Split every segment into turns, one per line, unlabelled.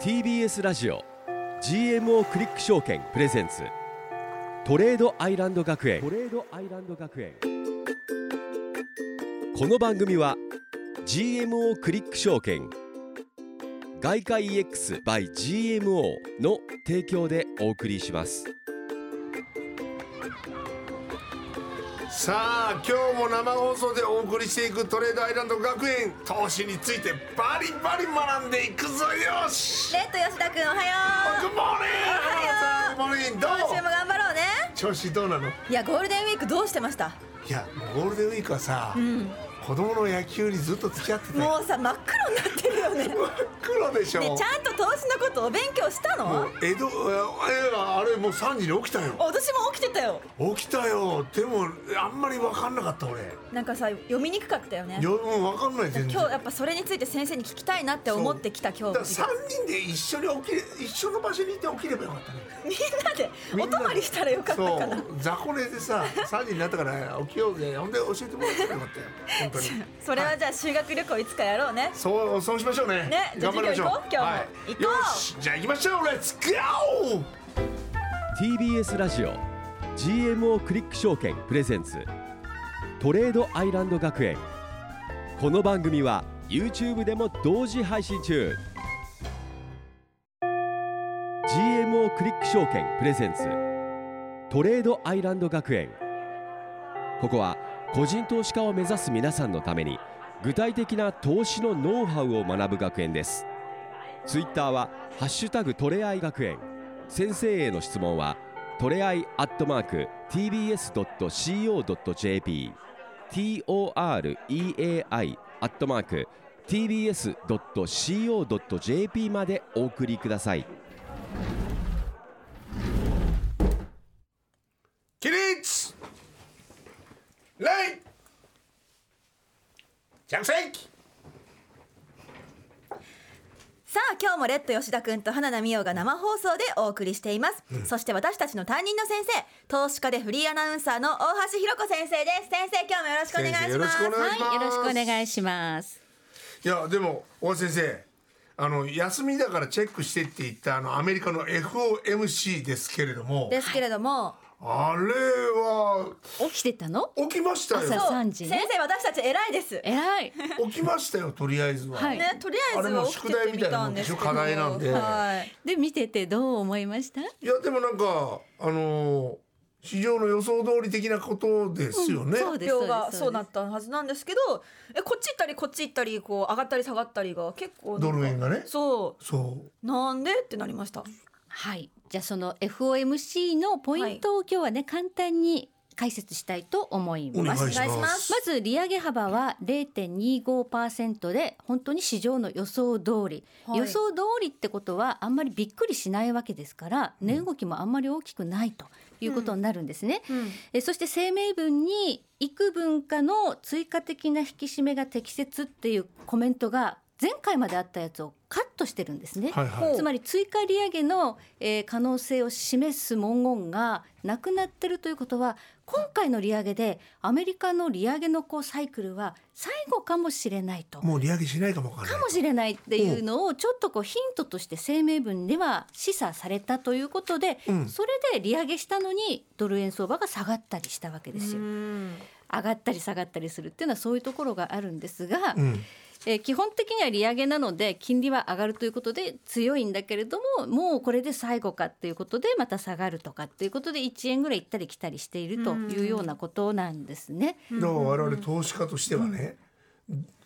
TBS ラジオ GMO クリック証券プレゼンツトレードアイランド学園トレードアイランド学園この番組は GMO クリック証券外貨 EX by GMO の提供でお送りします
さあ今日も生放送でお送りしていくトレードアイランド学園投資についてバリバリ学んでいくぞよし
レッド吉田君おは
グッ
よ
モーニングモーニング
おはう
どう
今週も頑張ろうね
調子どうなのい
いやゴールデンウィークどうしてました
やゴールデンウィークはさ、子供の野球にずっと付き合ってたよ
もうさ真っ黒になってるよね
黒でしょ
ねちゃんと投資のことお勉強した
も
の
う江戸えあれもう3時に起きたよ
私も起きてたよ
起きたよでもあんまり分かんなかった俺
なんかさ読みにくかったよね
夜も分かんない全然
今日やっぱそれについて先生に聞きたいなって思ってきた今日
だ3人で一緒に起きれ一緒の場所にいて起きればよかったね
みんなでお泊まりしたらよかったかな
そう雑魚寝で さ3時になったから起きようぜほんで教えてもらってよかったよ本 当に
それはじゃあ修学旅行いつかやろうね
そうそうしましょうね
ねじゃあ
頑張りましょう
授業行こう今日も行こう
よしじゃあ行きましょうレッツゴー
TBS ラジオ GMO クリック証券プレゼンツトレードアイランド学園この番組は YouTube でも同時配信中 GMO クリック証券プレゼンツトレードアイランド学園ここは個人投資家を目指す皆さんのために具体的な投資のノウハウを学ぶ学園ですツイッターはハッシュタグトレアイ学園先生への質問はトレアイアットマーク tbs.co.jp toreai アットマーク tbs.co.jp までお送りください
起立礼着席
さあ今日もレッド吉田君と花田美桜が生放送でお送りしています、そして私たちの担任の先生投資家でフリーアナウンサーの大橋ひろ子先生です先生今日もよろしくお願い
先生
し
よろ
ま
し
す
くお願いします
はい、よろしくお願いします。
いやでも大橋先生あの休みだからチェックしてって言ったあのアメリカの FOMC ですけれども
ですけれども、
あれは
起きてたの？
起きましたよ
朝
そう
3
先
時
生
ね
私たち偉いですね
えらい。
起きましたよとりあえずは、
はい
とりあえ
あ
ず
れ
は
も
起きてみたんですけど
宿題みたいなもんでしょ課題な
はい
で見ててどう思いました？
いやでもなんかあのー市場の予想通り的なことですよね。
そうです
量が
です
そうなったはずなんですけどえこっち行ったりこっち行ったりこう上がったり下がったりが結構
ドル円がね。
そ
そう
なんでってなりました
はい。じゃあその FOMC のポイントを今日はね、簡単に解説したいと思いう
お願
ま
い
す。
します。
お願いします
まず利上げ幅は0.25%で本当に市場の予想通り、
はい
予想通りってことはあんまりびっくりしないわけですから値動きもあんまり大きくないということになるんですね。
うん
えそして声明文に幾分かの追加的な引き締めが適切っていうコメントが前回まであったやつをカットしてるんですね。
はいは
ほ
い。
つまり追加利上げの、えー可能性を示す文言がなくなってるということは今回の利上げでアメリカの利上げのこうサイクルは最後かもしれないと。
もう利上げしないかもわかんない。
かもしれないっていうのをちょっとこうヒントとして声明文では示唆されたということで、
うん
それで利上げしたのにドル円相場が下がったりしたわけですよ。上がったり下がったりするっていうのはそういうところがあるんですが、
うん。
えー基本的には利上げなので金利は上がるということで強いんだけれどももうこれで最後かっていうことでまた下がるとかっていうことで1円ぐらい行ったり来たりしているというようなことなんですね。
だから我々投資家としてはね、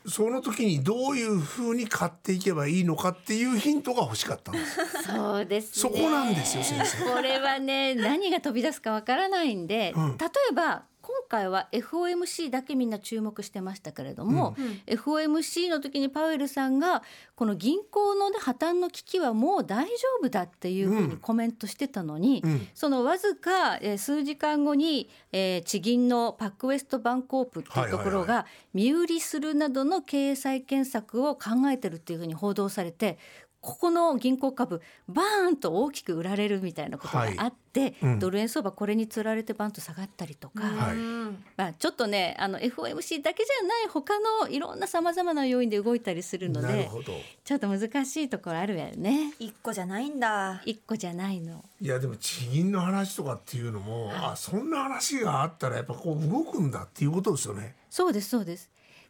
その時にどういうふうに買っていけばいいのかっていうヒントが欲しかったんです。
そうです
そ
ね。
こなんですよ先生
これはね、何が飛び出すかわからないんで、
うん
例えば。今回は FOMC だけみんな注目してましたけれども、FOMC の時にパウエルさんがこの銀行のね破綻の危機はもう大丈夫だっていうふうにコメントしてたのに、
うん
そのわずかえー数時間後に、えー地銀のパックウェストバンコープっていうところ
はいはい
が身売りするなどの経営再建策を考えてるっていうふうに報道されてここの銀行株バーンと大きく売られるみたいなことがあって、
うん
ドル円相場これにつられてバーンと下がったりとか、
はい
うん
まあ、ちょっとねあの FOMC だけじゃない他のいろんなさまざまな要因で動いたりするの
なる
で
ほど
ちょっと難しいところあるわよね
一個じゃないんだ。
一個じゃないの。
いやでも地銀の話とかっていうのも、あそんな話があったらやっぱこう動くんだっていうことですよね。
そうですそうです。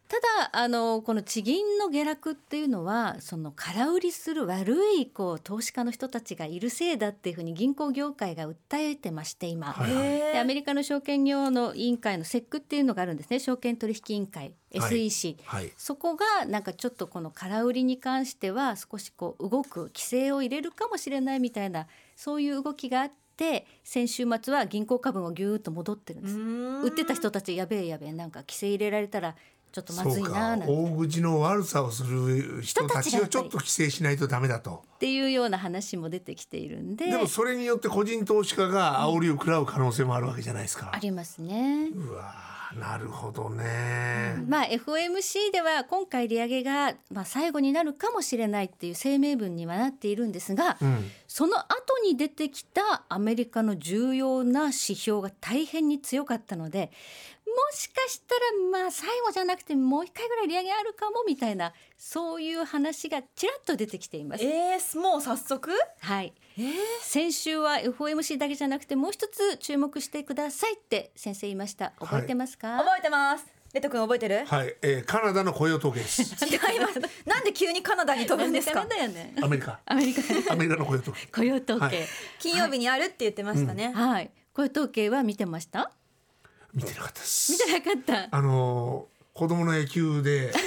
ただあのこの地銀の下落っていうのはその空売りする悪いこう投資家の人たちがいるせいだっていうふうに銀行業界が訴えてまして今、
はいはい
でアメリカの証券業の委員会のセックっていうのがあるんですね証券取引委員会
はい
SEC、
はい
そこがなんかちょっとこの空売りに関しては少しこう動く規制を入れるかもしれないみたいなそういう動きがあって先週末は銀行株もぎゅーっと戻ってるんです
売
売ってた人たちやべえやべえなんか規制入れられたらちょっとま
そ
ず
う
いな
か
あなんて
大口の悪さをする人たちをちょっと規制しないとダメだと。
っていうような話も出てきているんで
でもそれによって個人投資家が煽りを食らう可能性もあるわけじゃないですか
あ。りますね。
うわーなるほどね。
まあ、FOMC では今回利上げがまあ最後になるかもしれないっていう声明文にはなっているんですが、
うん
その後に出てきたアメリカの重要な指標が大変に強かったのでもしかしたらまあ最後じゃなくてもう一回ぐらい利上げあるかもみたいなそういう話がちらっと出てきています。
えー、もう早速
はい、先週は FOMC だけじゃなくてもう一つ注目してくださいって先生言いました覚えてますか、
覚えてます。レッド君覚えてる？
はい、えーカナダの雇用統計です。
違います。 なんで急にカナダに飛ぶんですか？
だよね
アメリカ。
アメリカ
アメリカの雇用統計。
雇用統計
は
はいい、
金曜日にあるって言ってましたね。
雇用統計は見てました
見てなかったです。
見てなかった
あのー子供の野球 で、えー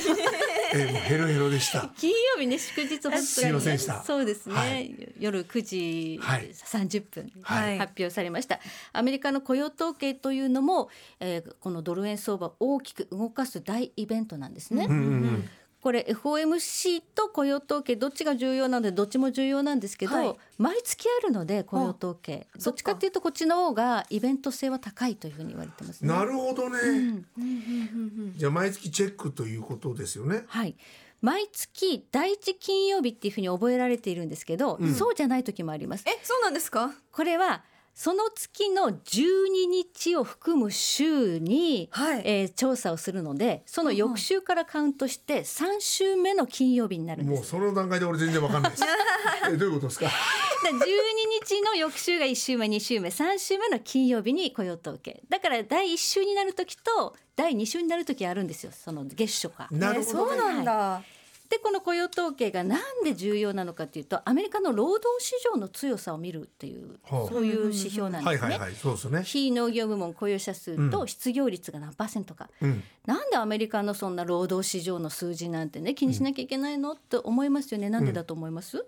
もうヘロヘロでした。
金曜日ね祝日本当に
すいませんでした
そうですね、
はい
夜9時
はい
30分、
はい
発表されましたアメリカの雇用統計というのも、えーこのドル円相場を大きく動かす大イベントなんですね、
うんうんうん。
これ FOMC と雇用統計どっちが重要なのでどっちも重要なんですけど、
はい
毎月あるので雇用統計
あ
どっちかっていうとこっちの方がイベント性は高いというふうに言われてますね。
なるほどね。
うん
じゃあ毎月チェックということですよね。
はい毎月第一金曜日っていうふうに覚えられているんですけど、
うん
そうじゃない時もあります
え、そうなんですか？
これはその月の12日を含む週に、
はい
えー調査をするのでその翌週からカウントして3週目の金曜日になるんです
もうその段階で俺全然わかんないです。えどういうことですか。
だから12日の翌週が1週目2週目3週目の金曜日に雇用統計だから第1週になる時と第2週になる時あるんですよその月初か。
なるほど。
えそうなんだ。
でこの雇用統計がなんで重要なのかっていうとアメリカの労働市場の強さを見るっていう
ほう
そういう指標なん
はい
です
はい
ね。
はい、そうですね。
非農業部門雇用者数
う
と失業率が何パーセントか、
うん。
なんでアメリカのそんな労働市場の数字なんてね気にしなきゃいけないのって思いますよねなんでだと思います、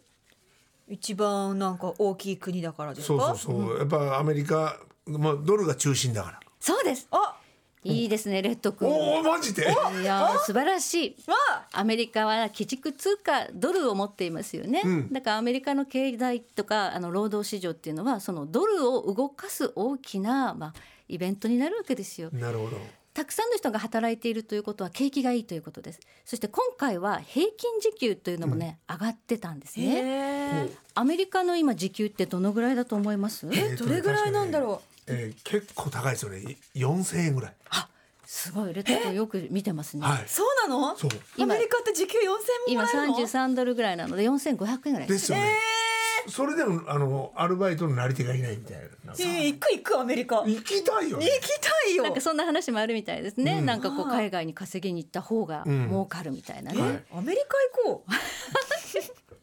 一番なんか大きい国だからです
そうそ
か
う？そう。やっぱアメリカ、まあドルが中心だから。
そうです
あ、
いいですねレッド君
おおマジで。
いやー素晴らしい
は
アメリカは基軸通貨ドルを持っていますよね、
ん
だからアメリカの経済とかあの労働市場っていうのはそのドルを動かす大きな、まあ、イベントになるわけですよ
なるほど。
たくさんの人が働いているということは景気がいいということですそして今回は平均時給というのもね、上がってたんです
へえ。
ねアメリカの今時給ってどのぐらいだと思います
え
え、どれぐらいなんだろ？。
う。えー結構高いですよね。四千円ぐらい。
すごいレッド君よく見てますね、
はいう
そうなの？
そう。
アメリカって時給四千も
今
らえるの？
33ドルぐらいなので4500円ぐらい
ですよ
え
ね。それでもあのアルバイトのなり手がいないみたいな。
ー、えー、行く行くアメリカ。行
行きたいよね
き。たいよ。
なんかそんな話もあるみたいですね、
うん
なんかこう海外に稼ぎに行った方が
うん
儲かるみたいなね、
はい
アメリカ行こう。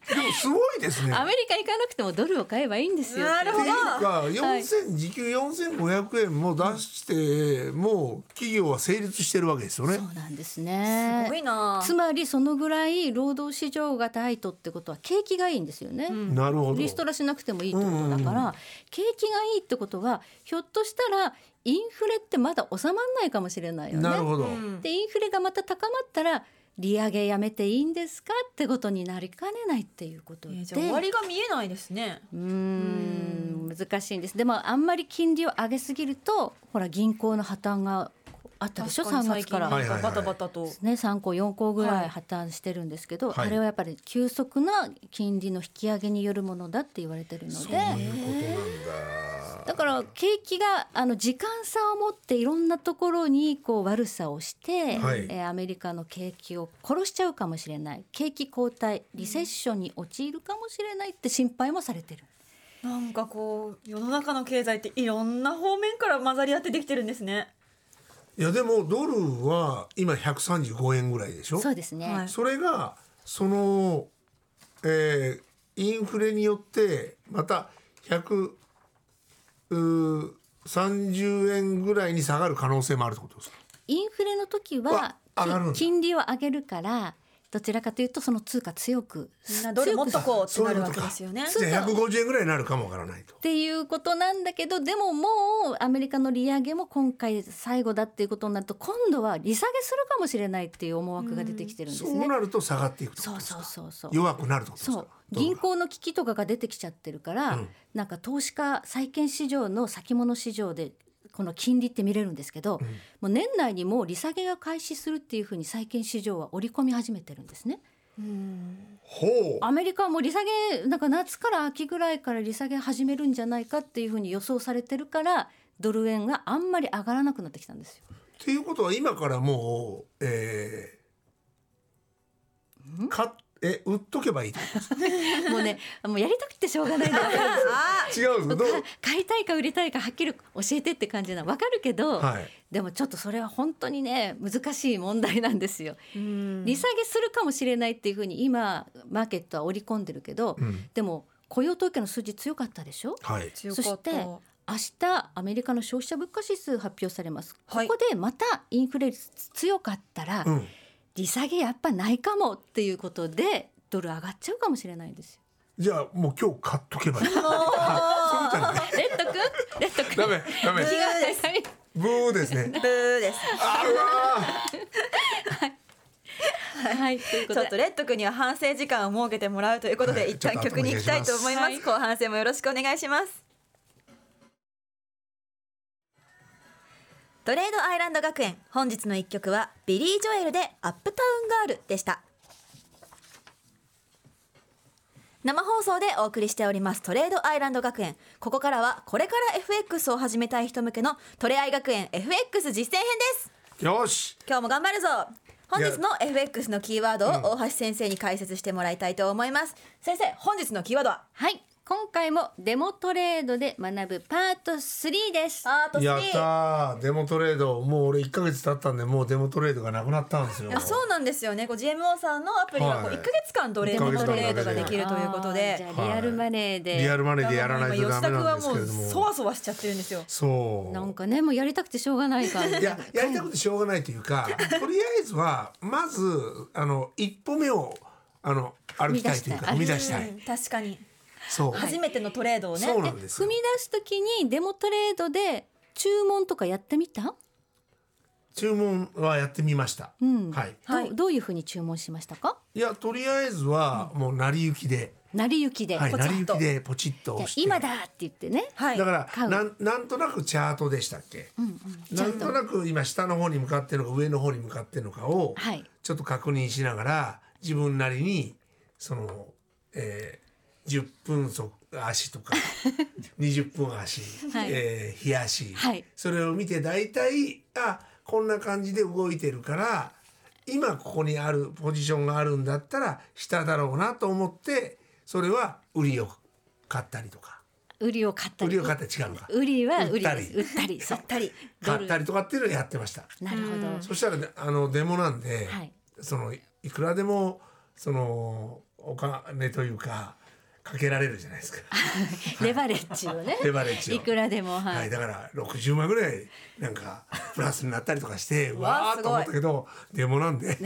でもすごいですね。
アメリカ行かなくてもドルを買えばいいんですよ
なるほ
っ
ど
ていうか
い
4000時給4500円も出してもう企業は成立してるわけですよね
そうなんですね
すごいな。
つまりそのぐらい労働市場がタイトってことは景気がいいんですよね、
なるほど
リストラしなくてもいいってことだから、景気がいいってことはひょっとしたらインフレってまだ収まんないかもしれないよね
なるほど、
うん
でインフレがまた高まったら利上げやめていいんですかってことになりかねないっていうこと
え
で、
ー、じゃあ終わりが見えないですね。
うーん難しいんですでもあんまり金利を上げすぎるとほら銀行の破綻がこうあったでしょ
確
3
に
月から。
はいはいはい
バタバタと。
ね、3個4個ぐ
は
ら
い
い破綻してるんですけど、
はい
あれはやっぱり急速な金利の引き上げによるものだって言われてるの
そう
で
いうことなんだ
だから景気があの時間差を持っていろんなところにこう悪さをして、
はい
えーアメリカの景気を殺しちゃうかもしれない景気後退リセッションに陥るかもしれないって心配もされてる。
なんかこう世の中の経済っていろんな方面から混ざり合ってできてるんですね。
いやでもドルは今135円ぐらいでしょ
そうですね、
はい
それがその、えーインフレによってまた130円ぐらいに下がる可能性もあるってことですか
インフレの時は
わ上がるんだ
き金利を上げるからどちらかというとその通貨強く
みんなどれもっと
強く
こうって
そう
ないる
う
わ
こと
け
か
ですよね。
じゃあ150円ぐらいになるかもわからないと
っていうことなんだけどでももうアメリカの利上げも今回最後だっていうことになると今度は利下げするかもしれないっていう思惑が出てきてるんですね。
そうなると下がっていくってこ
そ
と
う
です
そ
か
うそうそう
弱くなるってことです
そ
か
う
ドルが
銀行の危機とかが出てきちゃってるから、
うん
なんか投資家債券市場の先物市場でこの金利って見れるんですけど、もう年内にもう利下げが開始するっていうふうに債券市場は織り込み始めてるんですね。
ほう
アメリカはもう利下げなんか夏から秋ぐらいから利下げ始めるんじゃないかっていうふうに予想されてるからドル円があんまり上がらなくなってきたんですよ。
っていうことは今からもう、えー、かえ売っとけばいいってこ
もうねもうやりたくてしょうがないな
あ
と違うんですどう
買いたいか売りたいかはっきり教えてって感じなの分かるけど、
はい
でもちょっとそれは本当にね難しい問題なんですよ。利下げするかもしれないっていうふうに今マーケットは織り込んでるけど、
うん
でも雇用統計の数字強かったでしょ
はい
強
そ
か
し
ってた。
明日アメリカの消費者物価指数発表されます、
はい
ここでまたインフレ率強かったら、
うん
利下げやっぱないかもっていうことでドル上がっちゃうかもしれないんですよ。
じゃあもう今日買っとけばいいそうじゃない
レッド君レッド君
ダメダメ
ブーです
はい
ブーです ね
ブーです
あうわ
はい、というこ
ちょ
と
っと
で
レッド君には反省時間を設けてもらうということで、
はい
一旦
ちょっと
曲に行きたいと思います
お願いし
後半戦もよろしくお願いしますトレードアイランド学園本日の一曲はビリー・ジョエルでアップタウンガールでした生放送でお送りしておりますトレードアイランド学園ここからはこれから FX を始めたい人向けのトレアイ学園 FX 実践編です
ーよし
今日も頑張るぞ本日の FX のキーワードを大橋先生に解説してもらいたいと思います、先生本日のキーワードは
はい、今回もデモトレードで学ぶパート3です。
アート
やっ
3
たーデモトレードもう俺1ヶ月経ったんでもうデモトレードがなくなったんですよ
いやそうなんですよねこう GMO さんのアプリはこう
はい
1ヶ月間トレー
一
ド
ヶ月間
トレードができるということ
あーじ
で
ゃあリアルマネーで、
リアルマネーでやらないと
吉
ダ
田
メ
君
なん
は
ですけ
も
れ
う
ども
そわそわしちゃってるんですよ。
そう
なんかねもうやりたくてしょうがない感じ。
いややりたくてしょうがないというかとりあえずはまずあの一歩目をあの歩きたいというか踏
踏
み
み
出
出
し
した
う
い
ん確かに
そう、
初めてのトレードをね
そう
で
なんです
踏
よ
み出す時にデモトレードで注文とかやってみた？
注文はやってみました、
ん
はい
はい
どどういうふうに注文しましたか？
いやとりあえずはもう成り行きで、
成り行きで、
はい、
こ
成り
ッと
行きでポチッと
じゃ
押
あ
して
今だって言ってね。
はい
だか
買
ら
う
なんなんとなくチャートでしたっけ、なんとなく今下の方に向かってるのか上の方に向かってるのかを
はい
ちょっと確認しながら自分なりにその、えー、10分足足と か20分足、
はい
えー、日足、
はい
それを見て大体あこんな感じで動いてるから今ここにあるポジションがあるんだったら下だろうなと思ってそれは売りを買ったりとか
売りを買った
売
り。
りを買ったり違うのか
売りは売りです。
売
売ったり。そう
たり
買ったりとかっていうのをやってました。
なるほど。
そしたらねあのデモなんで、
はい
そのいくらでもそのお金というかかけられるじゃないですか
レバレッジをね。
レバレッジを
いくらでも
は、
はいい。
だから60万ぐらいなんかプラスになったりとかしてわ
わ
ー
あ
っと思ったけどデモなんで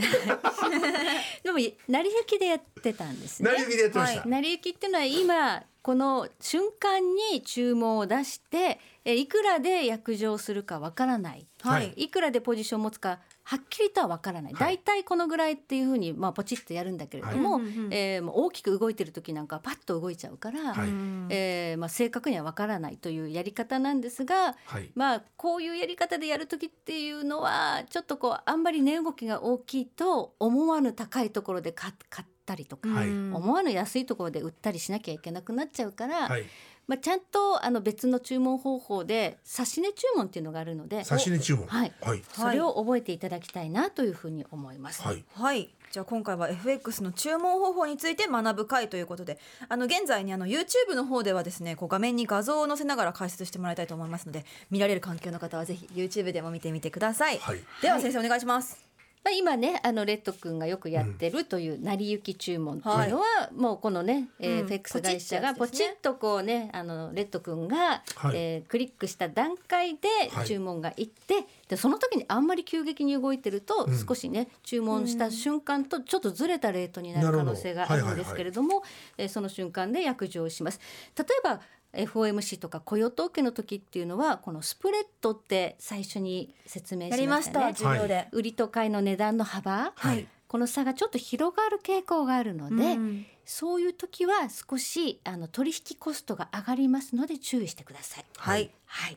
でも成り行きでやってたんですね
成。り行きでやってました、
成り行きっていうのは今この瞬間に注文を出してえいくらで約定するかわからない
はい
い、くらでポジション持つかはっきりとは分からない、
はい
大体このぐらいっていうふうに、まあ、ポチッとやるんだけれども、
はいうんうんうん
えーもう大きく動いてる時なんかはパッと動いちゃうから、
はい
えーまあ、正確には分からないというやり方なんですが、
はい
まあ、こういうやり方でやる時っていうのはちょっとこうあんまり値動きが大きいと思わぬ高いところで買買ったりとか、
はい
思わぬ安いところで売ったりしなきゃいけなくなっちゃうから、
はい
まあ、ちゃんとあの別の注文方法で差し値注文っていうのがあるので
差し値注文
はい
はい
それを覚えていただきたいなというふうに思います。
はい
はいじゃあ今回は FX の注文方法について学ぶ会ということであの現在にあの YouTube の方ではですねこう画面に画像を載せながら解説してもらいたいと思いますので見られる環境の方はぜひ YouTube でも見てみてください、
はい
では先生お願いします、
まあ、今ねあのレッド君がよくやってるという成り行き注文っていうのは、もうこのね、えー
うん
フェックス会社が
ポ
ポ
チって
チ
やつですね
ッとこうねあのレッド君が、
はい
えークリックした段階で
はい
注文がいって、でその時にあんまり急激に動いてると、少しね注文した瞬間とちょっとずれたレートにな
なるほ
る可
ど
能性があるんですけれども、えーその瞬間で約定します。例えば FOMC とか雇用統計の時っていうのはこのスプレッドって最初に説明しましたよね。
授業では
売りと買いの値段の幅、
はい
この差がちょっと広がる傾向があるので、
うん
そういう時は少しあの取引コストが上がりますので注意してください。
はい、
はい、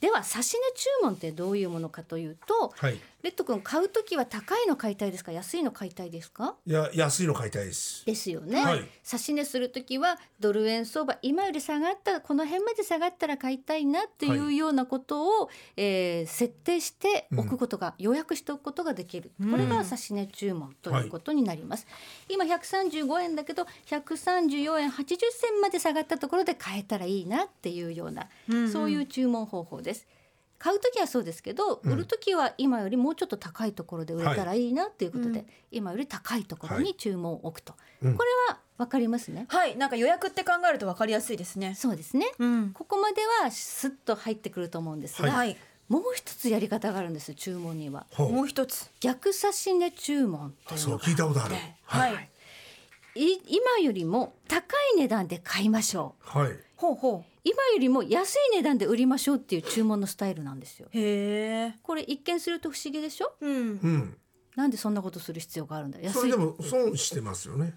では差し値注文ってどういうものかというと、
はい
レッド君買う時は高いの買いたいですか安いの買いたいですか
いや安いの買いたいです
ですよね、
はい
差し値する時はドル円相場今より下がったこの辺まで下がったら買いたいなってい
は
う
い
ようなことを、えー設定しておくことが、予約しておくことができるこれが差し値注文ということになります、今135円だけど134円80銭まで下がったところで買えたらいいなっていうような、そういう注文方法です。買う時はそうですけど、売る時は今よりもうちょっと高いところで売れたらいいなっていうことで、今より高いところに注文を置くと、これはわかりますね、
はい、なんか予約って考えると分かりやすいですね
そうですね、
うん
ここまではスッと入ってくると思うんですが、
はい
もう一つやり方があるんです注文には
ほう
もう一つ
逆差し値注文
あ
という
そ
の
う
が
聞いたことある
はい、
い今よりも高い値段で買いましょう
はい
ほうほ
今よりも安い値段で売りましょうっていう注文のスタイルなんですよ
うへえ
これ一見すると不思議でしょ
うん
うん
なんでそんなことする必要があるんだ
そ
安
れ
い
でも損してますよね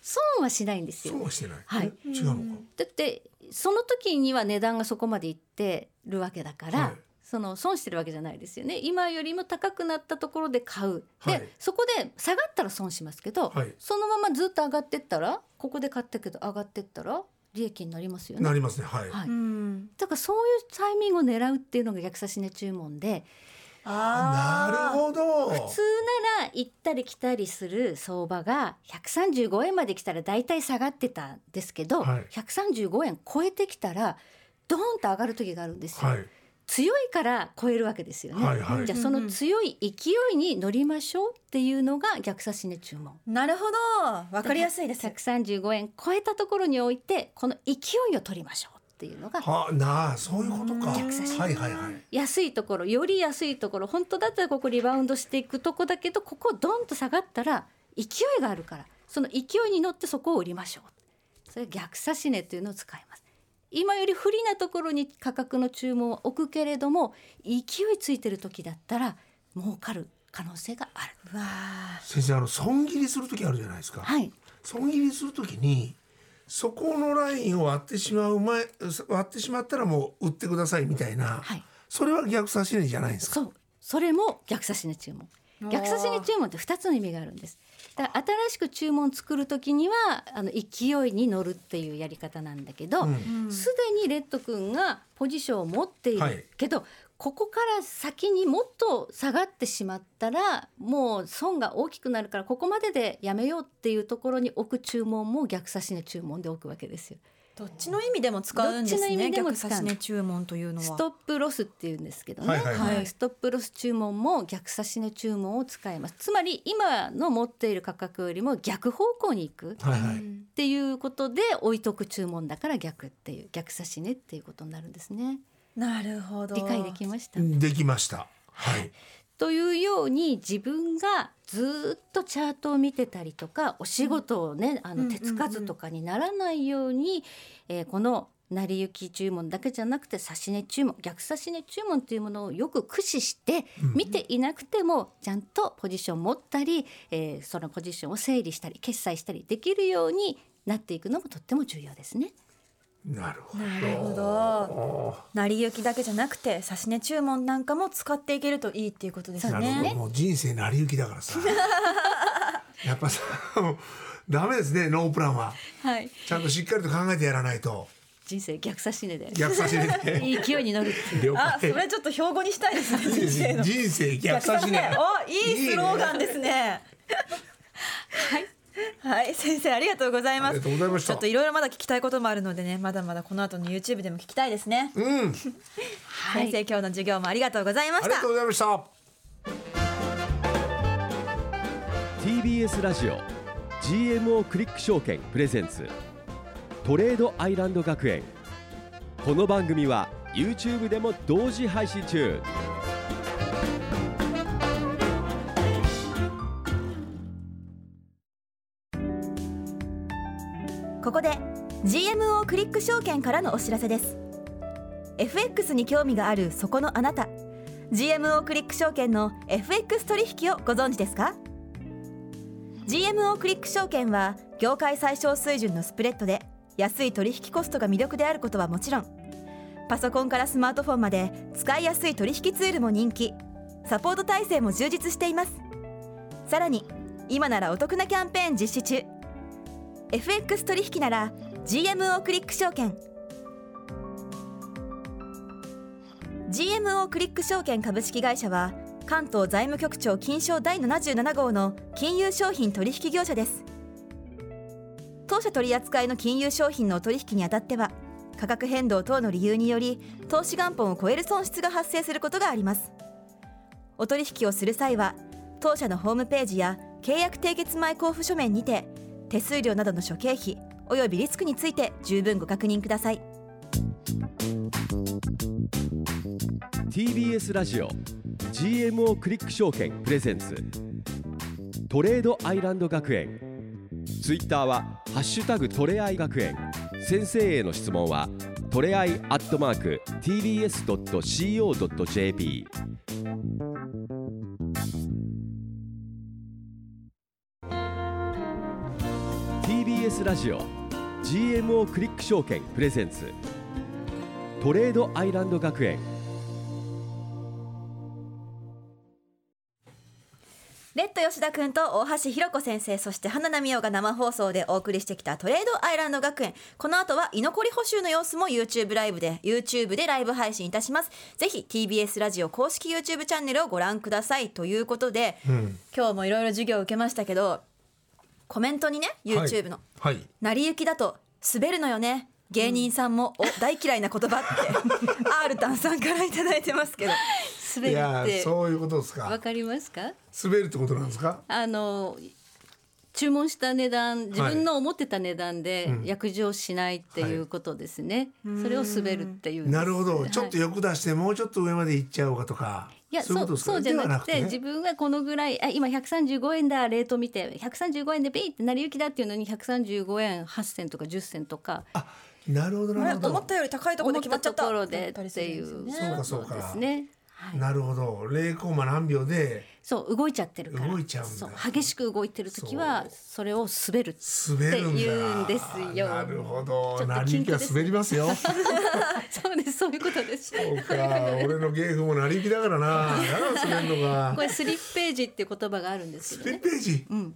損はしないんですよ
損はしてない
はい
え違うのか
だってその時には値段がそこまでいってるわけだから、
はい
その損してるわけじゃないですよね今よりも高くなったところで買う、
はい
でそこで下がったら損しますけど、
はい
そのままずっと上がってったらここで買ったけど上がってったら利益になりますよね
なりますねはい
はい
うん
だからそういうタイミングを狙うっていうのが逆差し値注文で
な
あ
るほど
普通なら行ったり来たりする相場が135円まで来たら大体下がってたんですけど、
はい
135円超えてきたらドーンと上がる時があるんですよ、
はい
強いから超えるわけですよね、
はいはい
じゃあその強い勢いに乗りましょうっていうのが逆差し値注文
なるほど分かりやすいです
135円超えたところにおいてこの勢いを取りましょうっていうのが
はなあそういうことか
逆差し
はいはいはい
安いところより安いところ本当だったらここリバウンドしていくとこだけどここドンと下がったら勢いがあるからその勢いに乗ってそこを売りましょうそれ逆差し値というのを使います今より不利なところに価格の注文を置くけれども勢いついてる時だったら儲かる可能性がある
わあ
先生あの損切りする時あるじゃないですか、
はい
損切りする時にそこのラインを割ってしまう前割ってしまったらもう売ってくださいみたいな、
はい
それは逆差し値じゃないんですか
そうそれも逆差し値注文
ー
逆差し値注文って2つの意味があるんですだから新しく注文作る時にはあの勢いに乗るっていうやり方なんだけどすで、にレッド君がポジションを持ってい
はい
るけど、ここから先にもっと下がってしまったらもう損が大きくなるからここまででやめようっていうところに置く注文も逆差し値注文で置くわけですよ。
どっちの意味でも使うんです
どっちの意
ね。
味でも
逆
使
差
う
し値注文というの
ス
は。
トップロスっていうんですけどね、
はいはいはい
はいストップロス注文も逆差し値注文を使いますつまり今の持っている価格よりも逆方向に行くっ
はいはい、
ていうことで置いとく注文だから逆っていう逆差し値っていうことになるんですね
なるほど。
理解できました
できましたはい
というように自分がずっとチャートを見てたりとかお仕事をねあ
うんう
の
ん
手つかずとかにならないように、えーこの成り行き注文だけじゃなくて差し値注文逆差し値注文というものをよく駆使して見ていなくてもちゃんとポジション持ったり、えーそのポジションを整理したり決済したりできるようになっていくのもとっても重要ですね。
なるほど
なるほど成り行きだけじゃなくて差し値注文なんかも使っていけるといいっていうことです
なるほど
ね
もう人生成り行きだからさやっぱさもうダメですねノープランは
はい、
ちゃんとしっかりと考えてやらないと
人生逆差し値で
逆差し値で
勢いに乗るって いう。
了
あ、そ
解
れちょっと標語にしたいですね。人生の
人生逆差し値
お、いいスローガンですね。はい、はい、先生ありがとうござい
あ
ます。
りがとうございまし
ちょ
た
っといろいろまだ聞きたいこともあるのでね、まだまだこの後の YouTube でも聞きたいですね。
うん
先生今日の授業もありがとうございま
あ
し
り
た
がと。うございました
TBS ラジオ GMO クリック証券プレゼンツトレードアイランド学園この番組は YouTube でも同時配信中
ここで GMO クリック証券からのお知らせです FX に興味があるそこのあなた GMO クリック証券の FX 取引をご存知ですか GMO クリック証券は業界最小水準のスプレッドで安い取引コストが魅力であることはもちろんパソコンからスマートフォンまで使いやすい取引ツールも人気サポート体制も充実していますさらに今ならお得なキャンペーン実施中 FX 取引なら GMO クリック証券 GMO クリック証券株式会社は関東財務局長金賞第77号の金融商品取引業者です当社取扱いの金融商品のお取引にあたっては価格変動等の理由により投資元本を超える損失が発生することがありますお取引をする際は当社のホームページや契約締結前交付書面にて手数料などの諸経費およびリスクについて十分ご確認ください
TBS ラジオ GMO クリック証券プレゼンツトレードアイランド学園ツイッターは「ハッシュタグトレアイ学園」先生への質問はトレアイアットマーク TBS.CO.JP TBS ラジオ GMO クリック証券プレゼンツトレードアイランド学園
レッド吉田くんと大橋ひろ子先生そして花奈美桜が生放送でお送りしてきたトレードアイランド学園この後は居残り補修の様子も YouTube ライブで YouTube でライブ配信いたしますぜひ TBS ラジオ公式 YouTube チャンネルをご覧くださいということで、今日もいろいろ授業を受けましたけどコメントにね YouTube の、
はいはい
成り行きだと滑るのよね芸人さんも、お大嫌いな言葉って R タンさんからいただいてますけど
滑
い
る
や
って
そういうことです
わ
か
かりますか？
滑るってことなんですか
あの注文した値段自分の思ってた値段で約定しないっていうことですね、それを滑るっていうんです
なるほど
はい
ちょっと欲出してもうちょっと上まで行っちゃおうかとか
いや
そういうこ
そ
と
う
ですか
そうじゃなくて
ではね
自分がこのぐらいあ今135円だレート見て135円でピーって成り行きだっていうのに135円8銭とか10銭とか
あなるほど
あ
な
れ
るほ
思
ど
ったより高いところ
思
で決
っ
ま
た
っちゃった
ところ
だ
で
たり
っ
する
て
ん
い
ですよ
う
ね
そうかそうか
ですね。はい
なるほど0コマ何秒で
そう動いちゃってるから
動いちゃうんだ
そう激しく動いてる時はそれを滑るって
滑るんだ
って言うんですよ
なるほど
ちょっと緊
成
急
り行きは
です
滑りますよ
そうですそういうことです
そう か俺の芸風も成り行きだからなだから滑るの
こ
が
れスリッページって言葉があるんですけど
1
ね
ページ
うん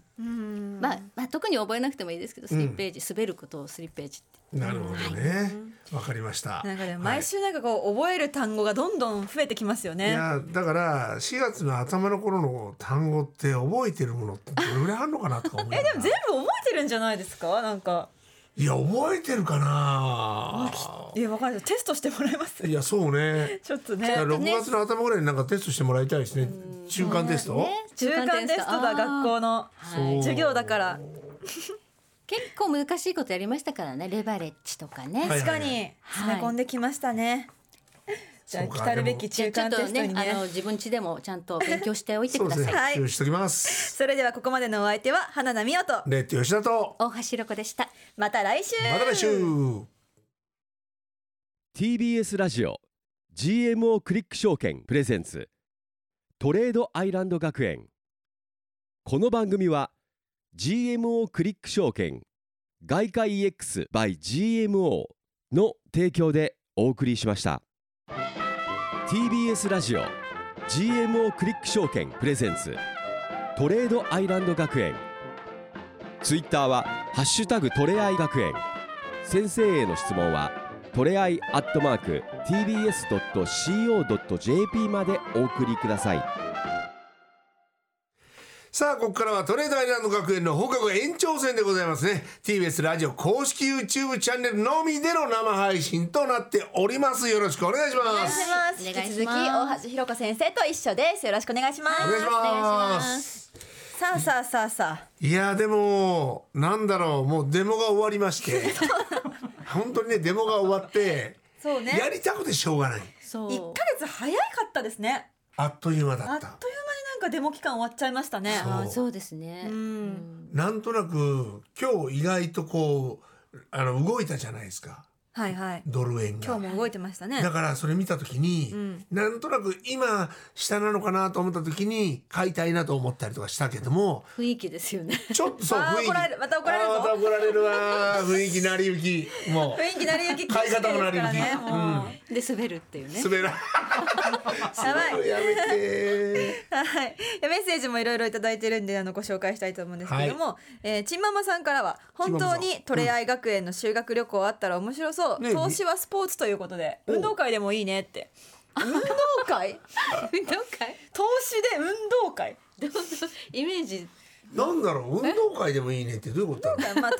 まあ、まあ、特に覚えなくてもいいですけどスリッページ、滑ることをスリッページって
なるほどねわかりました
なんかでも
はい
毎週なんかこう覚える単語がどんどん増えてきますよ
い
ね。
やだから4月の頭の頃の単語って覚えてるものってどれぐらいあるのかなとか思うえでも
全部覚えてるんじゃないですか？なんか
いや覚えてるかない
やわかんないテストしてもらいます。
いやそう ね
ちょっと
だ
ね
か。ら6月の頭ぐらいになんかテストしてもらいたいですね中間テスト、
中間テストだ学校の
そう
授業だから
結構難しいことやりましたからねレバレッジとかね、
はい
確かに詰め込んできましたね。じゃあ
そうか
来たるべき
じゃ
中
あちょ
間テ
っと
スト
ね
に
あの
ね。
自分家でもちゃんと勉強しておいて
そう
く
です
だ
ね
さい、
はい
復習しときます
それではここまでのお相手は花奈美桜と
レッド吉田と
大橋ロコでした
また来週。
また来週
TBS ラジオ GMO クリック証券プレゼンツトレードアイランド学園この番組は GMO クリック証券外貨 EX by GMO の提供でお送りしました TBS ラジオ GMO クリック証券プレゼンツトレードアイランド学園ツイッターは「ハッシュタグトレアイ学園」先生への質問はトレアイアットマーク TBS.CO.JP までお送りください
さあ、ここからはトレードアイランド学園の放課後延長戦でございますね。TBS ラジオ公式 YouTube チャンネルのみでの生配信となっております。よろしくお願いしま
お
す。
願いします
お願い
引き
します
続き大橋ひろ子先生と一緒ですよろしくお願いしま
お願いします。
すさあさあさあさあ
いや、でも、なんだろう、もうデモが終わりま して。本当にね、デモが終わって、
そうね
やりたくてしょうがない。
そう
一ヶ月早かったですね
あっという間
あ
だ
っ
っ
という間に
た。
なんかデモ期間終わっちゃいましたね
そう
あーそうですね。
ん
なんとなく、今日意外とこう、あの、動いたじゃないですか。
はいはい
ドル円が。
今日も動いてましたね
だからそれ見た時に、
うん
なんとなく今下なのかなと思った時に買いたいなと思ったりとかしたけど も
雰囲気ですよね。
ちょっとそう
あ
雰
ー
囲気
怒られるまた怒られるぞ
あーまた怒られる わー雰囲気成り行きも
雰囲気成り行き禁止令ですから
買い
ね
方も
もう
で滑るっていうね
う。滑ら
やばい
やめて
はい、メッセージもいろいろいただいてるんであのご紹介したいと思うんですけども、えーちんままさんからは
ちん
本
ままさん
当にトレアイ学園の修学旅行あったら面白そう、
ね
投資はスポーツということで
お
運動会でもいいねって 運動会
運 動会
投資で運動会
どうぞイメージ
ーなんだろう運動会でもいいねってどういうこと
まあ投資は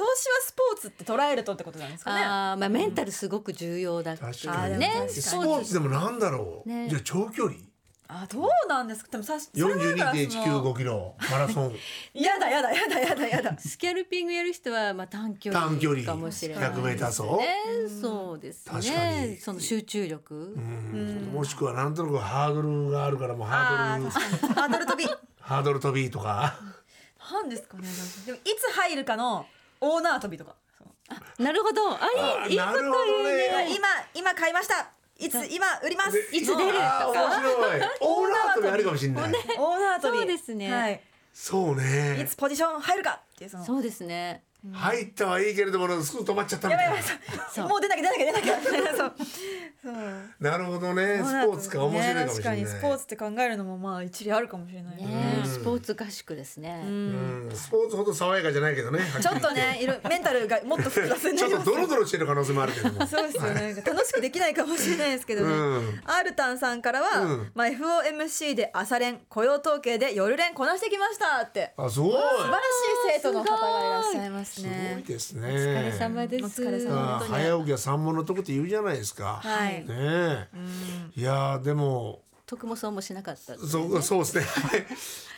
スポーツって捉えるとってことなんですかね
あーまあメンタルすごく重要だから
確かに
ね
確かにスポーツでもなんだろう、
ね
じゃあ長距離
あどうなんですかでもさそれはだからその
42.195キロマラソ ン
やだやだやだやだやだ
スキャルピングやる人はまあ短距
短距
離
離
かもしれない、ね。
100m 走、
そうです
確かに
ね。その集中力。
うんもしくはなんとなくハードルがあるからもうハー
あー
ドル
確かにハードル跳び
ハードル飛びとか
なんですかねでもいつ入るかのオーナー跳びとか
なるほど。あいいいいこ
あ
と
なるほど
言う
ね
ね。
今今買いましたいつ今売ります
いつ出ると
あー面
か。
白いオーナー跳びあるかもしれない
オーナー跳び
そうですね
はい、
そう
い
ね
つポジション入るかっていうその
そうですね。
入ったはいいけれどもすぐ止まっちゃったみ
やば
た
いや
い
ばいそうもう出なきゃ出なきゃ出なきゃそうそう
ななるほどねスポ
オーナー
ーツか面白いかもしれない、
ね確かにスポーツって考えるのもまあ一理あるかもしれない、ね、
ね、スポーツ合宿ですね。
うんスポーツほど爽やかじゃないけどねはきり
ち
言
ょっとねいろメンタルがもっと複雑に
ち
な
ょっと
ります
ドロドロしてる可能性もあるけども
そうですよね、なんか楽しくできないかもしれないですけどね、
うん
アールタンさんからは、
うん
まあ、FOMC で朝練雇用統計で夜練こなしてきましたって
あすごい
素晴らしい生徒の方がいらっしゃいます
すごい
ね
ですね
お疲れ様です。
お疲れ様
あー早起きは三文のとこって言うじゃないですか、
はい
ねえいやーでも
徳もそうもしなかった。
そうそうですね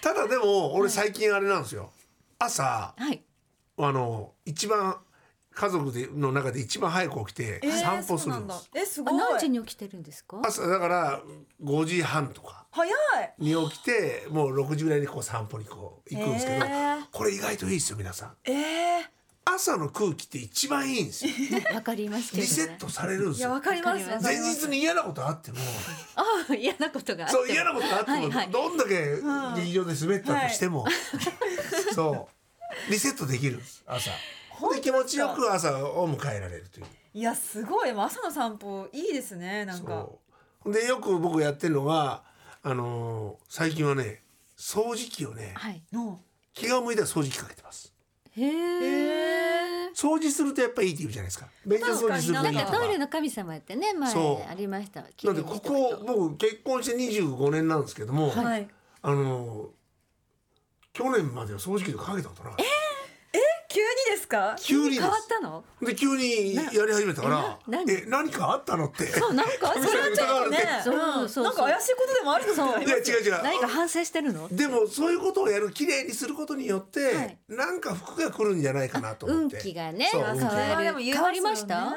ただでも俺最近あれなんですよ朝
はい。
あの一番家族での中で一番早く起きて
えー
散歩する
そうなん
んで
だ
す、
えすご
あ
い
何時に起きてるんですか。
朝だから5時半とか
早い
に起きてもう6時ぐらいにこう散歩にこう行くんですけど、
えー
これ意外といいですよ皆さん
ええ
朝の空気って一番いいん ですよ
わかりますけど、
リ
ね。
セットされるんで
い
す
や
よ
わかります
わかります
前日に嫌なことあっても
ああ嫌なことがあっても
そう嫌なことがあっても、
はいはい
どんだけ劇場で滑ったとしても、 そうリセットできるんです朝で気持ちよく朝を迎えられるという
いやすごい朝の散歩いいですねなんか
そうでよく僕やってるのがあのー最近はね掃除機をね
はい。
の
気が向いたら掃除機かけてます
へえ。
掃除するとやっぱいいって言うじゃないですか便座掃除する
な
とい
ん
いと
か
か
トイレの神様ってね
そ
前
う
ありました。
なんでここ僕結婚して25年なんですけども、
はい
あのー去年までは掃除機とかけたことない
急にですか
急にで
変
す
わったの？
で急にやり始めたから
な
「
何
え何かあったの?」って
そうなん
そ
かそれ
れはちょっとね
そうそうそう
なんか怪しいことでもあるのかない
や違う違う
何か反省してるの？
でもそういうことをやる綺麗にすることによって、
はい
なんか服が来るんじゃないかなと思
運
って
気がね
そう
変
運気が
あ
わ
で
る
も言いすよね
変わりました？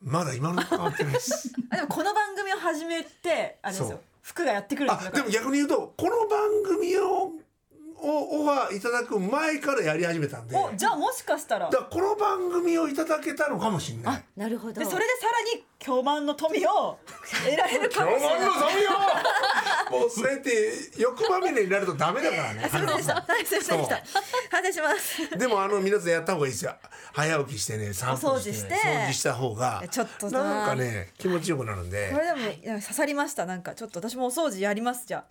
まだ今のところ変わってないです
あでもこの番組を始めてあれです
そ
よ
う
服がやってくるんです
あ
よ
でも逆に言うとこの番組ををオファーいただく前からやり始めたんでだ
おじゃあもしかしたら
からこの番組をいただけたのかもしれな
あ
い
なるほど。
でそれでさらに巨万の富を得られるか
巨
もしれ
万
ない
の富よもうそれって欲まみれになるとダメだ からね
すいませんでした。はい、すいませんでした。反省します。
でもあの皆さんやった方がいいですよ早起きしてね散歩して
お掃除して
掃除した方が
ちょっとな
なんかね気持ちよくなるんで
これでも刺さりましたなんかちょっと私もお掃除やりますじゃあ、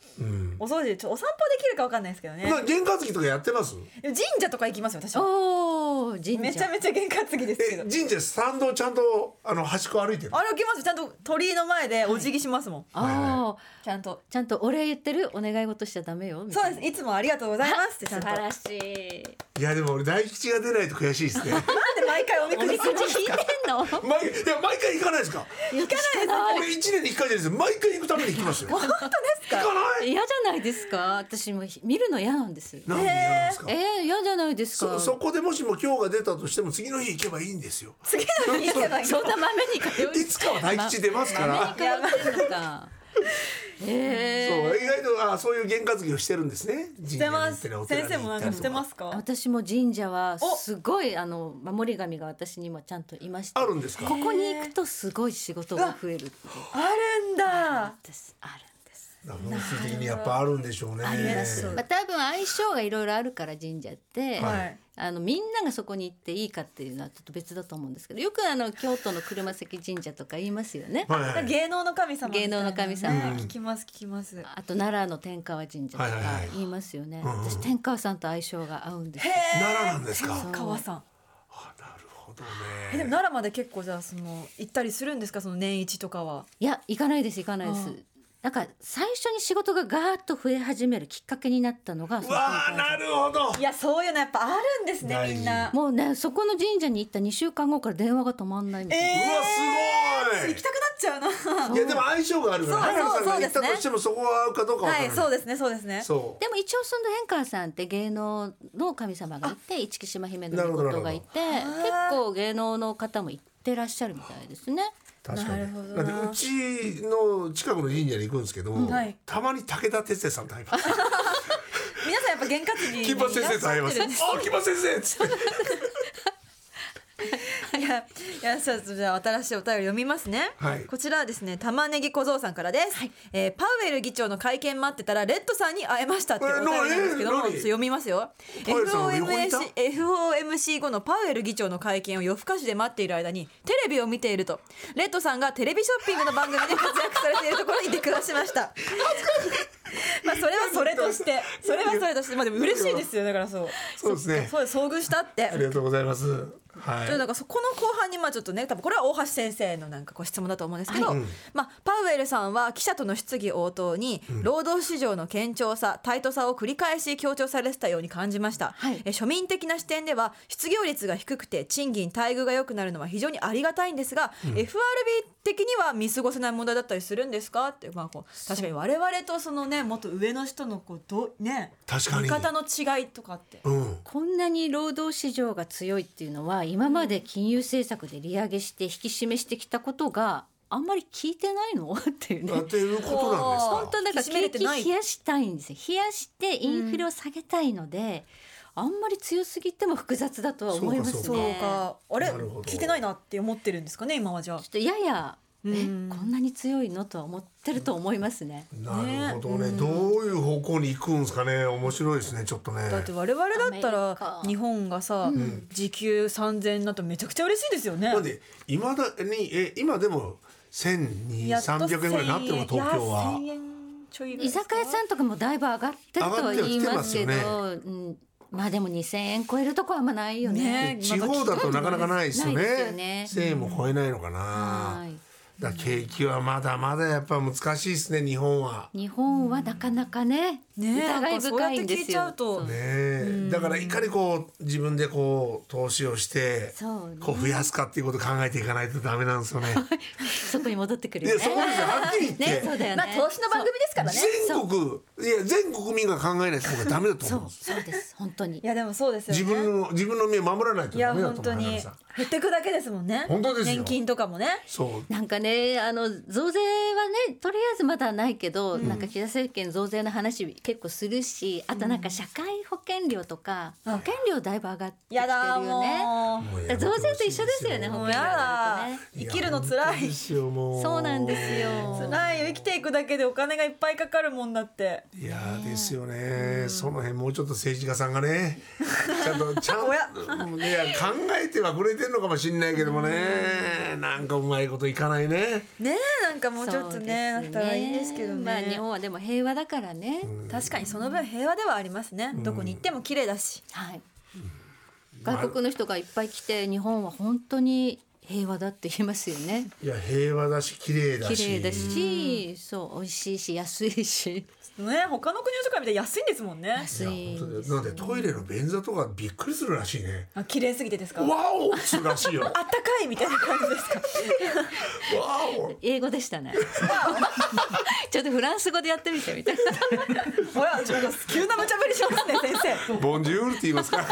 お掃除ちょっとお散歩できるかわかんないですけどね
な験担ぎとかやってます
神社とか行きますよ私は
おー神 社
めちゃめちゃ喧嘩ぎですけ
え
ど
神社参道ちゃんとあの端っこ歩いてる
あれきますちゃんと鳥居の前でお辞儀しますもん、
あー
ちゃんと
ちゃんとお礼言ってるお願い事しちゃダメよみ
そ
た
う
い
ですいつもありがとうございますってちゃん
な
と
素晴らしい
いやでも俺大吉が出ないと悔しいですね
なんで毎回おみくじするんです
聞いて
か
んの
毎いや毎回行かないですか
行かないで
俺一年に一回じゃないです毎回行くために行きますよ本当ですか行かない
嫌じゃないですか私も見るの嫌なんですよ
なんでなんですか
えー、嫌じゃないですか
そそこでもしも今日が出たとしても次の日行けばいいんですよ
次の日行けばいい
そんな豆に通う
いつかは大吉出ますから、
ま豆に通ってん のかえー
そう意外とあそういう験担ぎをしてるんですね。し。
してます先生もなんかしてますすか
私も神社は
お
すごいあの守り神が私にもちゃんといまして
あ
こ
るんですか。
こに行くとすごい仕事が増えるっていう
あるんだ
ですあるんです
本質的にやっぱあるんでしょうね。
まあ、多分相性がいろいろあるから神社って、
はい
あのみんながそこに行っていいかっていうのはちょっと別だと思うんですけどよくあの京都の車関神社とか言いますよね、
はいはい
芸能の神様みたいな
芸能の神様
ね聞きます聞きますへ
あと奈良の天川神社とか言いますよ
は
ね、
いはいはいうんうん
私天川さんと相性が合うんですよ
え
奈良なんですか。
川さん
あなるほど
えでも
ね。
奈良まで結構じゃあその行ったりするんですかその年一とかはい
や行かないです行かないで
ああ
すなんか最初に仕事がガーッと増え始めるきっかけになったのがその天川
わあ
神社
なるほど。
いやそういうのやっぱあるんですね
大事
みんな
もうねそこの神社に行った2週間後から電話が止まんないみたいな、
え
うわすごい
行きたくなっちゃうな
いやでも相性があるから
そう
奈良さんが
そう
行った
そう
と
で
し
す
てもそこは合うかどうかわか
は
ら
い
ない。
そうですねそうですね
そう。
でも一応その天川さんって芸能の神様がいて一木島姫のことがいて
なるほどなる
結
ほ
構芸能の方も行ってらっしゃるみたいですね。
確か
なる
に
ほど
だ
な
ってうちの近くの神社に行くんですけど、
はい
たまに武田鉄矢さんと会います
皆さんやっぱ験担ぎに
金八先生と会いますあ金八先生っつって
いや、いや、そうそうじゃあ新しいお便り読みますね。
はい
こちらはですね、玉ねぎ小僧さんからです。えーパウエル議長の会見待ってたらレッドさんに会えましたっていうお便りなんですけども、
えな
ちょっ
に
と読みますよ。
パウエルさんの横にい
FOMC
た
FOMC 後のパウエル議長の会見を夜更かしで待っている間にテレビを見ているとレッドさんがテレビショッピングの番組で活躍されているところに出くわしました。まあそれはそれとして、それはそれとして、まあでも嬉しいですよだからそう。
そうですね
そう遭遇したって。
ありがとうございます。は
ちょっと
い。
なんかそこの後半にまあちょっとね多分これは大橋先生のなんかご質問だと思うんですけど、まあ、パウエルさんは記者との質疑応答に労働市場の堅調さタイトさを繰り返し強調されてたように感じました、
はい
え庶民的な視点では失業率が低くて賃金待遇が良くなるのは非常にありがたいんですが、FRB 的には見過ごせない問題だったりするんですかって、まあ、こう確かに我々とそのねもっと上の人のこうどうね
確かに
見方の違いとかって。
うん。
こんなに労働市場が強いっていうのは今まで金融政策で利上げして引き締めしてきたことがあんまり聞いてないの っていうね。
あっていうことなんですか。
本
本当だから
引き締めれ
景
て
気
ない
冷やしたいんですよ冷やしてインフレを下げたいので、あんまり強すぎても複雑だとは思いますね。
そう
そうか、あれ
なるほど
聞いてないなって思ってるんですかね今はじゃあ
ちょっとやや、ね
うん
こんなに強いのとは思ってると思いますね。
なるほどねどういう方向に行くんですかね。面白いですね。ちょっとね。
だって我々だった
アメリ
ら
カ
日本がさ、時給3000円だとめちゃくちゃ嬉しいですよね
なんで未だにえ今でも千二
やっと
三百円ぐらいになってるの
1000円。
東京はい
や1000円ちょいぐらいで
居
すか
酒屋さんとかもだいぶ上がってるとは言いますけど、
上が
うん、まあでも2000円超えるとこはあんまないよね。
ね
地方だとなかなかないですよ
ないですよ
ね
ね。
千円も超えないのか
は
な。
い
だから景気はまだまだやっぱ難しいですね日本は。
日本はなかなかね、
ね
疑い深いんですよ。
なんかそうやって聞いちゃうと
ねえだからいかにこう自分でこう投資をして
そうね
こう増やすかっていうことを考えていかないとダメなんですよね。
そこに戻ってく
い
るよ
や
ね。
そうですよはっきり言って。
ね、そうだよね。
まあ投資の番組ですからね。
全国いや全国民が考えない方がダメだと
そ
思うん
う、
です
そうです、本当に
い。やでもそうですよね
自分の自分の身を守らないと
いや
ダメだ
本
と
当
思う花
に
火さん
減ってくだけですもんね
本当ですよ
年金とかもね
そう
なんかねあの増税はねとりあえずまだないけど、なんか岸田政権増税の話結結構するしあとなんか社会保険料とか保険料だいぶ上がってきてる
やだ
よね。
も
もうや
だ
めて
から
ほし
増
い
税と一緒ですよね
です
う
ほ
も
ん
う
とに
やだ
ね
生きるのつら
本当
い
で
つ
すよもう
そうなんですよ
らいよ生きていくだけでお金がいっぱいかかるもんだって
いやーですよね、その辺もうちょっと政治家さんがねちゃんとちゃん
おや
いや考えてはくれてるのかもしれないけどもね、なんかうまいこといかないね
ねえなんかもうちょっとねな
そ
っ
うです
たらいいですけどね、
まあ日本はでも平和だからね。
確かにその分平和ではありますね、どこに行っても綺麗だし
はい。外国の人がいっぱい来て日本は本当に平和だって言いますよね。
いや平和だし綺麗だし
綺麗だし、そう美味しいし安いし
ね他の国の人から見たら安いんですもんね
安いんです。
なんでトイレの便座とかびっくりするらしいね
あ綺麗すぎてですかあっ
わおするらしいよわ
たかいみたいな感じですか
お
英語でしたね。 ちょっとフランス語でやってみてみたいな。
ほらちょっと急な無茶ぶりします ね先生
ボンジュールって言いますか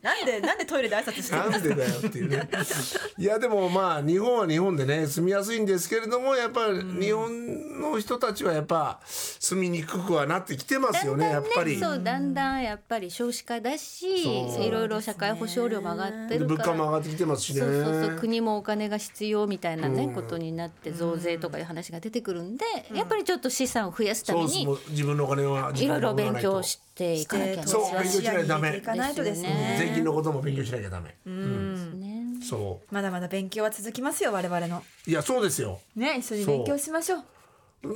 なんでなんでトイレで挨拶してる
なんでだよっていうね いやでもまあ日本は日本でね住みやすいんですけれどもやっぱり日本の人たちはやっぱ住みにくくはなってきてますよねやっぱり
そうだんだんやっぱり少子化だし、
そう
いろいろ社会保障料も上がってる
物
から。
価も上がってきてますしね
そうそうそう国もお金が必要みたいなね、ことになって増税とかいう話が出てくるんで、やっぱりちょっと資産を増やすた
そ
め
う
に
もう自分のお金は自
いろ
分
い
で
ろ
もらわ
勉
ないと
強していかなきゃいけない
そう勉強しないとダメ
いかないとですね
税金のことも勉強しなきゃダメ
ですね。
そ
まだまだ勉強は続きますよ我々の
ういやそうですよ
ね一緒に
そう
勉強しましょう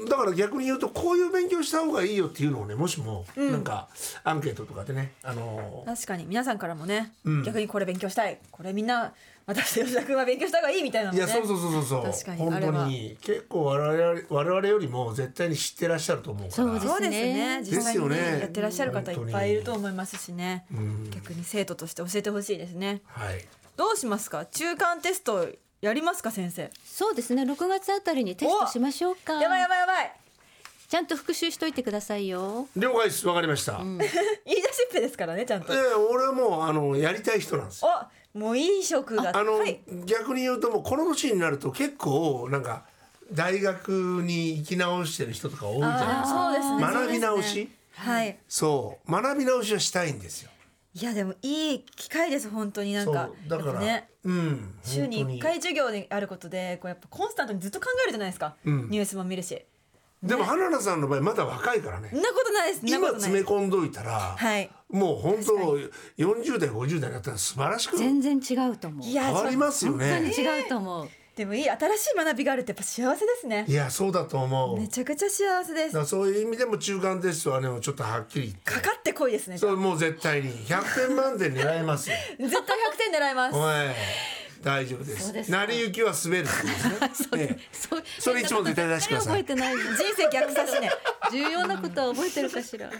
だから逆に言うとこういう勉強した方がいいよっていうのをねもしもなんかアンケートとかでねあのー
確かに皆さんからもね、逆にこれ勉強したいこれみんな私と吉田君は勉強した方がいいみたいなの
い
もね
やそうそうそうそう
確
そ
か
う
に
本当に結構我々我々よりも絶対に知ってらっしゃると思うから
そうです
そうですね
です
ね
実際にね
ですよね
やってらっしゃる方いっぱいいると思いますしね、逆に生徒として教えてほしいですね
はい
どうしますか中間テストやりますか先生
そうですね。6月あたりにテストしましょうか。
やばいやばいやばい
ちゃんと復習しといてくださいよ。
了解ですわかりました、え
言い出しっぺですからねちゃんと
俺はもうあのやりたい人なんですよ
おもういい職が
あの、
はい
逆に言うともうこの年になると結構なんか大学に行き直してる人とか多いじゃないですか
そうですね
学び直
そうですね
し
はい
そう学び直しはしたいんですよ
いやでもいい機会です本当になん
そう
か
だか
やっ
ら、
ぱね
うん
週に
本当
1回授業であることでこうやっぱコンスタントにずっと考えるじゃないですか、ニュースも見るし
でも花菜さんの場合まだ若いからね
そんなことないですそんな
今
ことない
詰め込んどいたら、
はい
もう本当40代50代になったら素晴らしく変
全然違うと思う。
いや
わりますよ
本当に
ね
違うと思う。
でもいい新しい学びがあるってやっぱ幸せですね
いやそうだと思う
め
だ
ちゃくちゃ幸せです
からそういう意味でも中間テストはねちょっとはっきり言
か
って
かってこいですね
そ
絶
れもう絶対に100点満点狙います よ
対100点狙います
はい大丈夫です成り行きは滑るって ことですねね
そう
それ一問絶対出してください
覚えてない。人
人生逆差しね
重要なことは覚えてるか しら。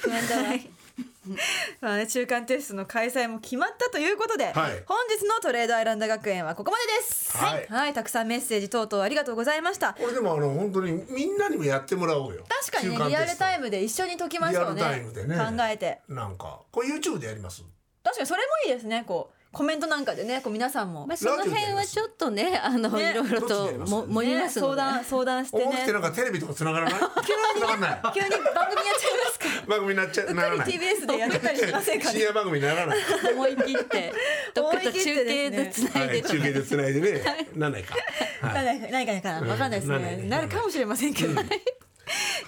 不安だわ。
まあね中間テストの開催も決まったということで、本日のトレードアイランド学園はここまでです
はい
はい、たくさんメッセージ等々ありがとうございました
これでもあの本当にみんなにもやってもらおうよ
確かに
中
ね
間
リアルタイ
テ
ムで一緒に解きましょうね
リアルタイムでね
考えて
ストなんかこれ YouTube でやります
確かにそれもいいですねこうコメントなんかでねこう皆さんも、
まあその辺はちょっとね、あの、
ね
いろいろ
どっちで
と
やります
ももり
ね
ますの
相
で。
談相談して
重くて
ね
なんかテレビとか繋がらない繋がらない
急に番組やっちゃいます か
番組になっちゃなら
うっ
な
かり
い
TBS でやってたりしませんか
深
ね
夜番組にならない
思い切って、 どっかと中継でつない
は
で
い、
とか
中継でつないでね、なんないか。は、
ないいかないかないかなわかんないです
うんない
ね
ね
なるかもしれませんけど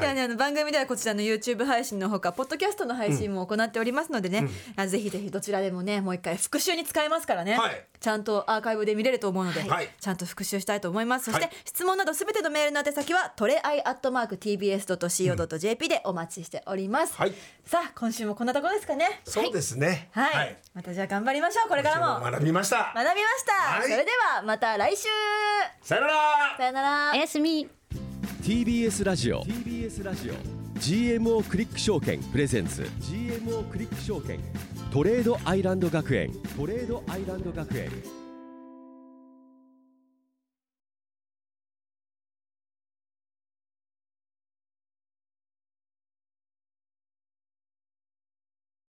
いやね、あの番組ではこちらの YouTube 配信のほかポッドキャストの配信も行っておりますのでね、あぜひぜひどちらでもねもう一回復習に使えますからね、
はい
ちゃんとアーカイブで見れると思うので、
はい
ちゃんと復習したいと思いますそして、
はい
質問などすべてのメールの宛先はトレアイアットマーク TBS.CO.JP でお待ちしております、
はい
さあ今週もこんなところですかね
そうですね。
はい、またじゃあ頑張りましょうこれからも学
学びました
び。ました、
はい
それではまた来週
さよなら。
さよなら
おやすみ。
TBS ラジオ TBS ラジオ GMO クリック証券プレゼンツ GMO クリック証券トレードアイランド学園トレードアイランド学園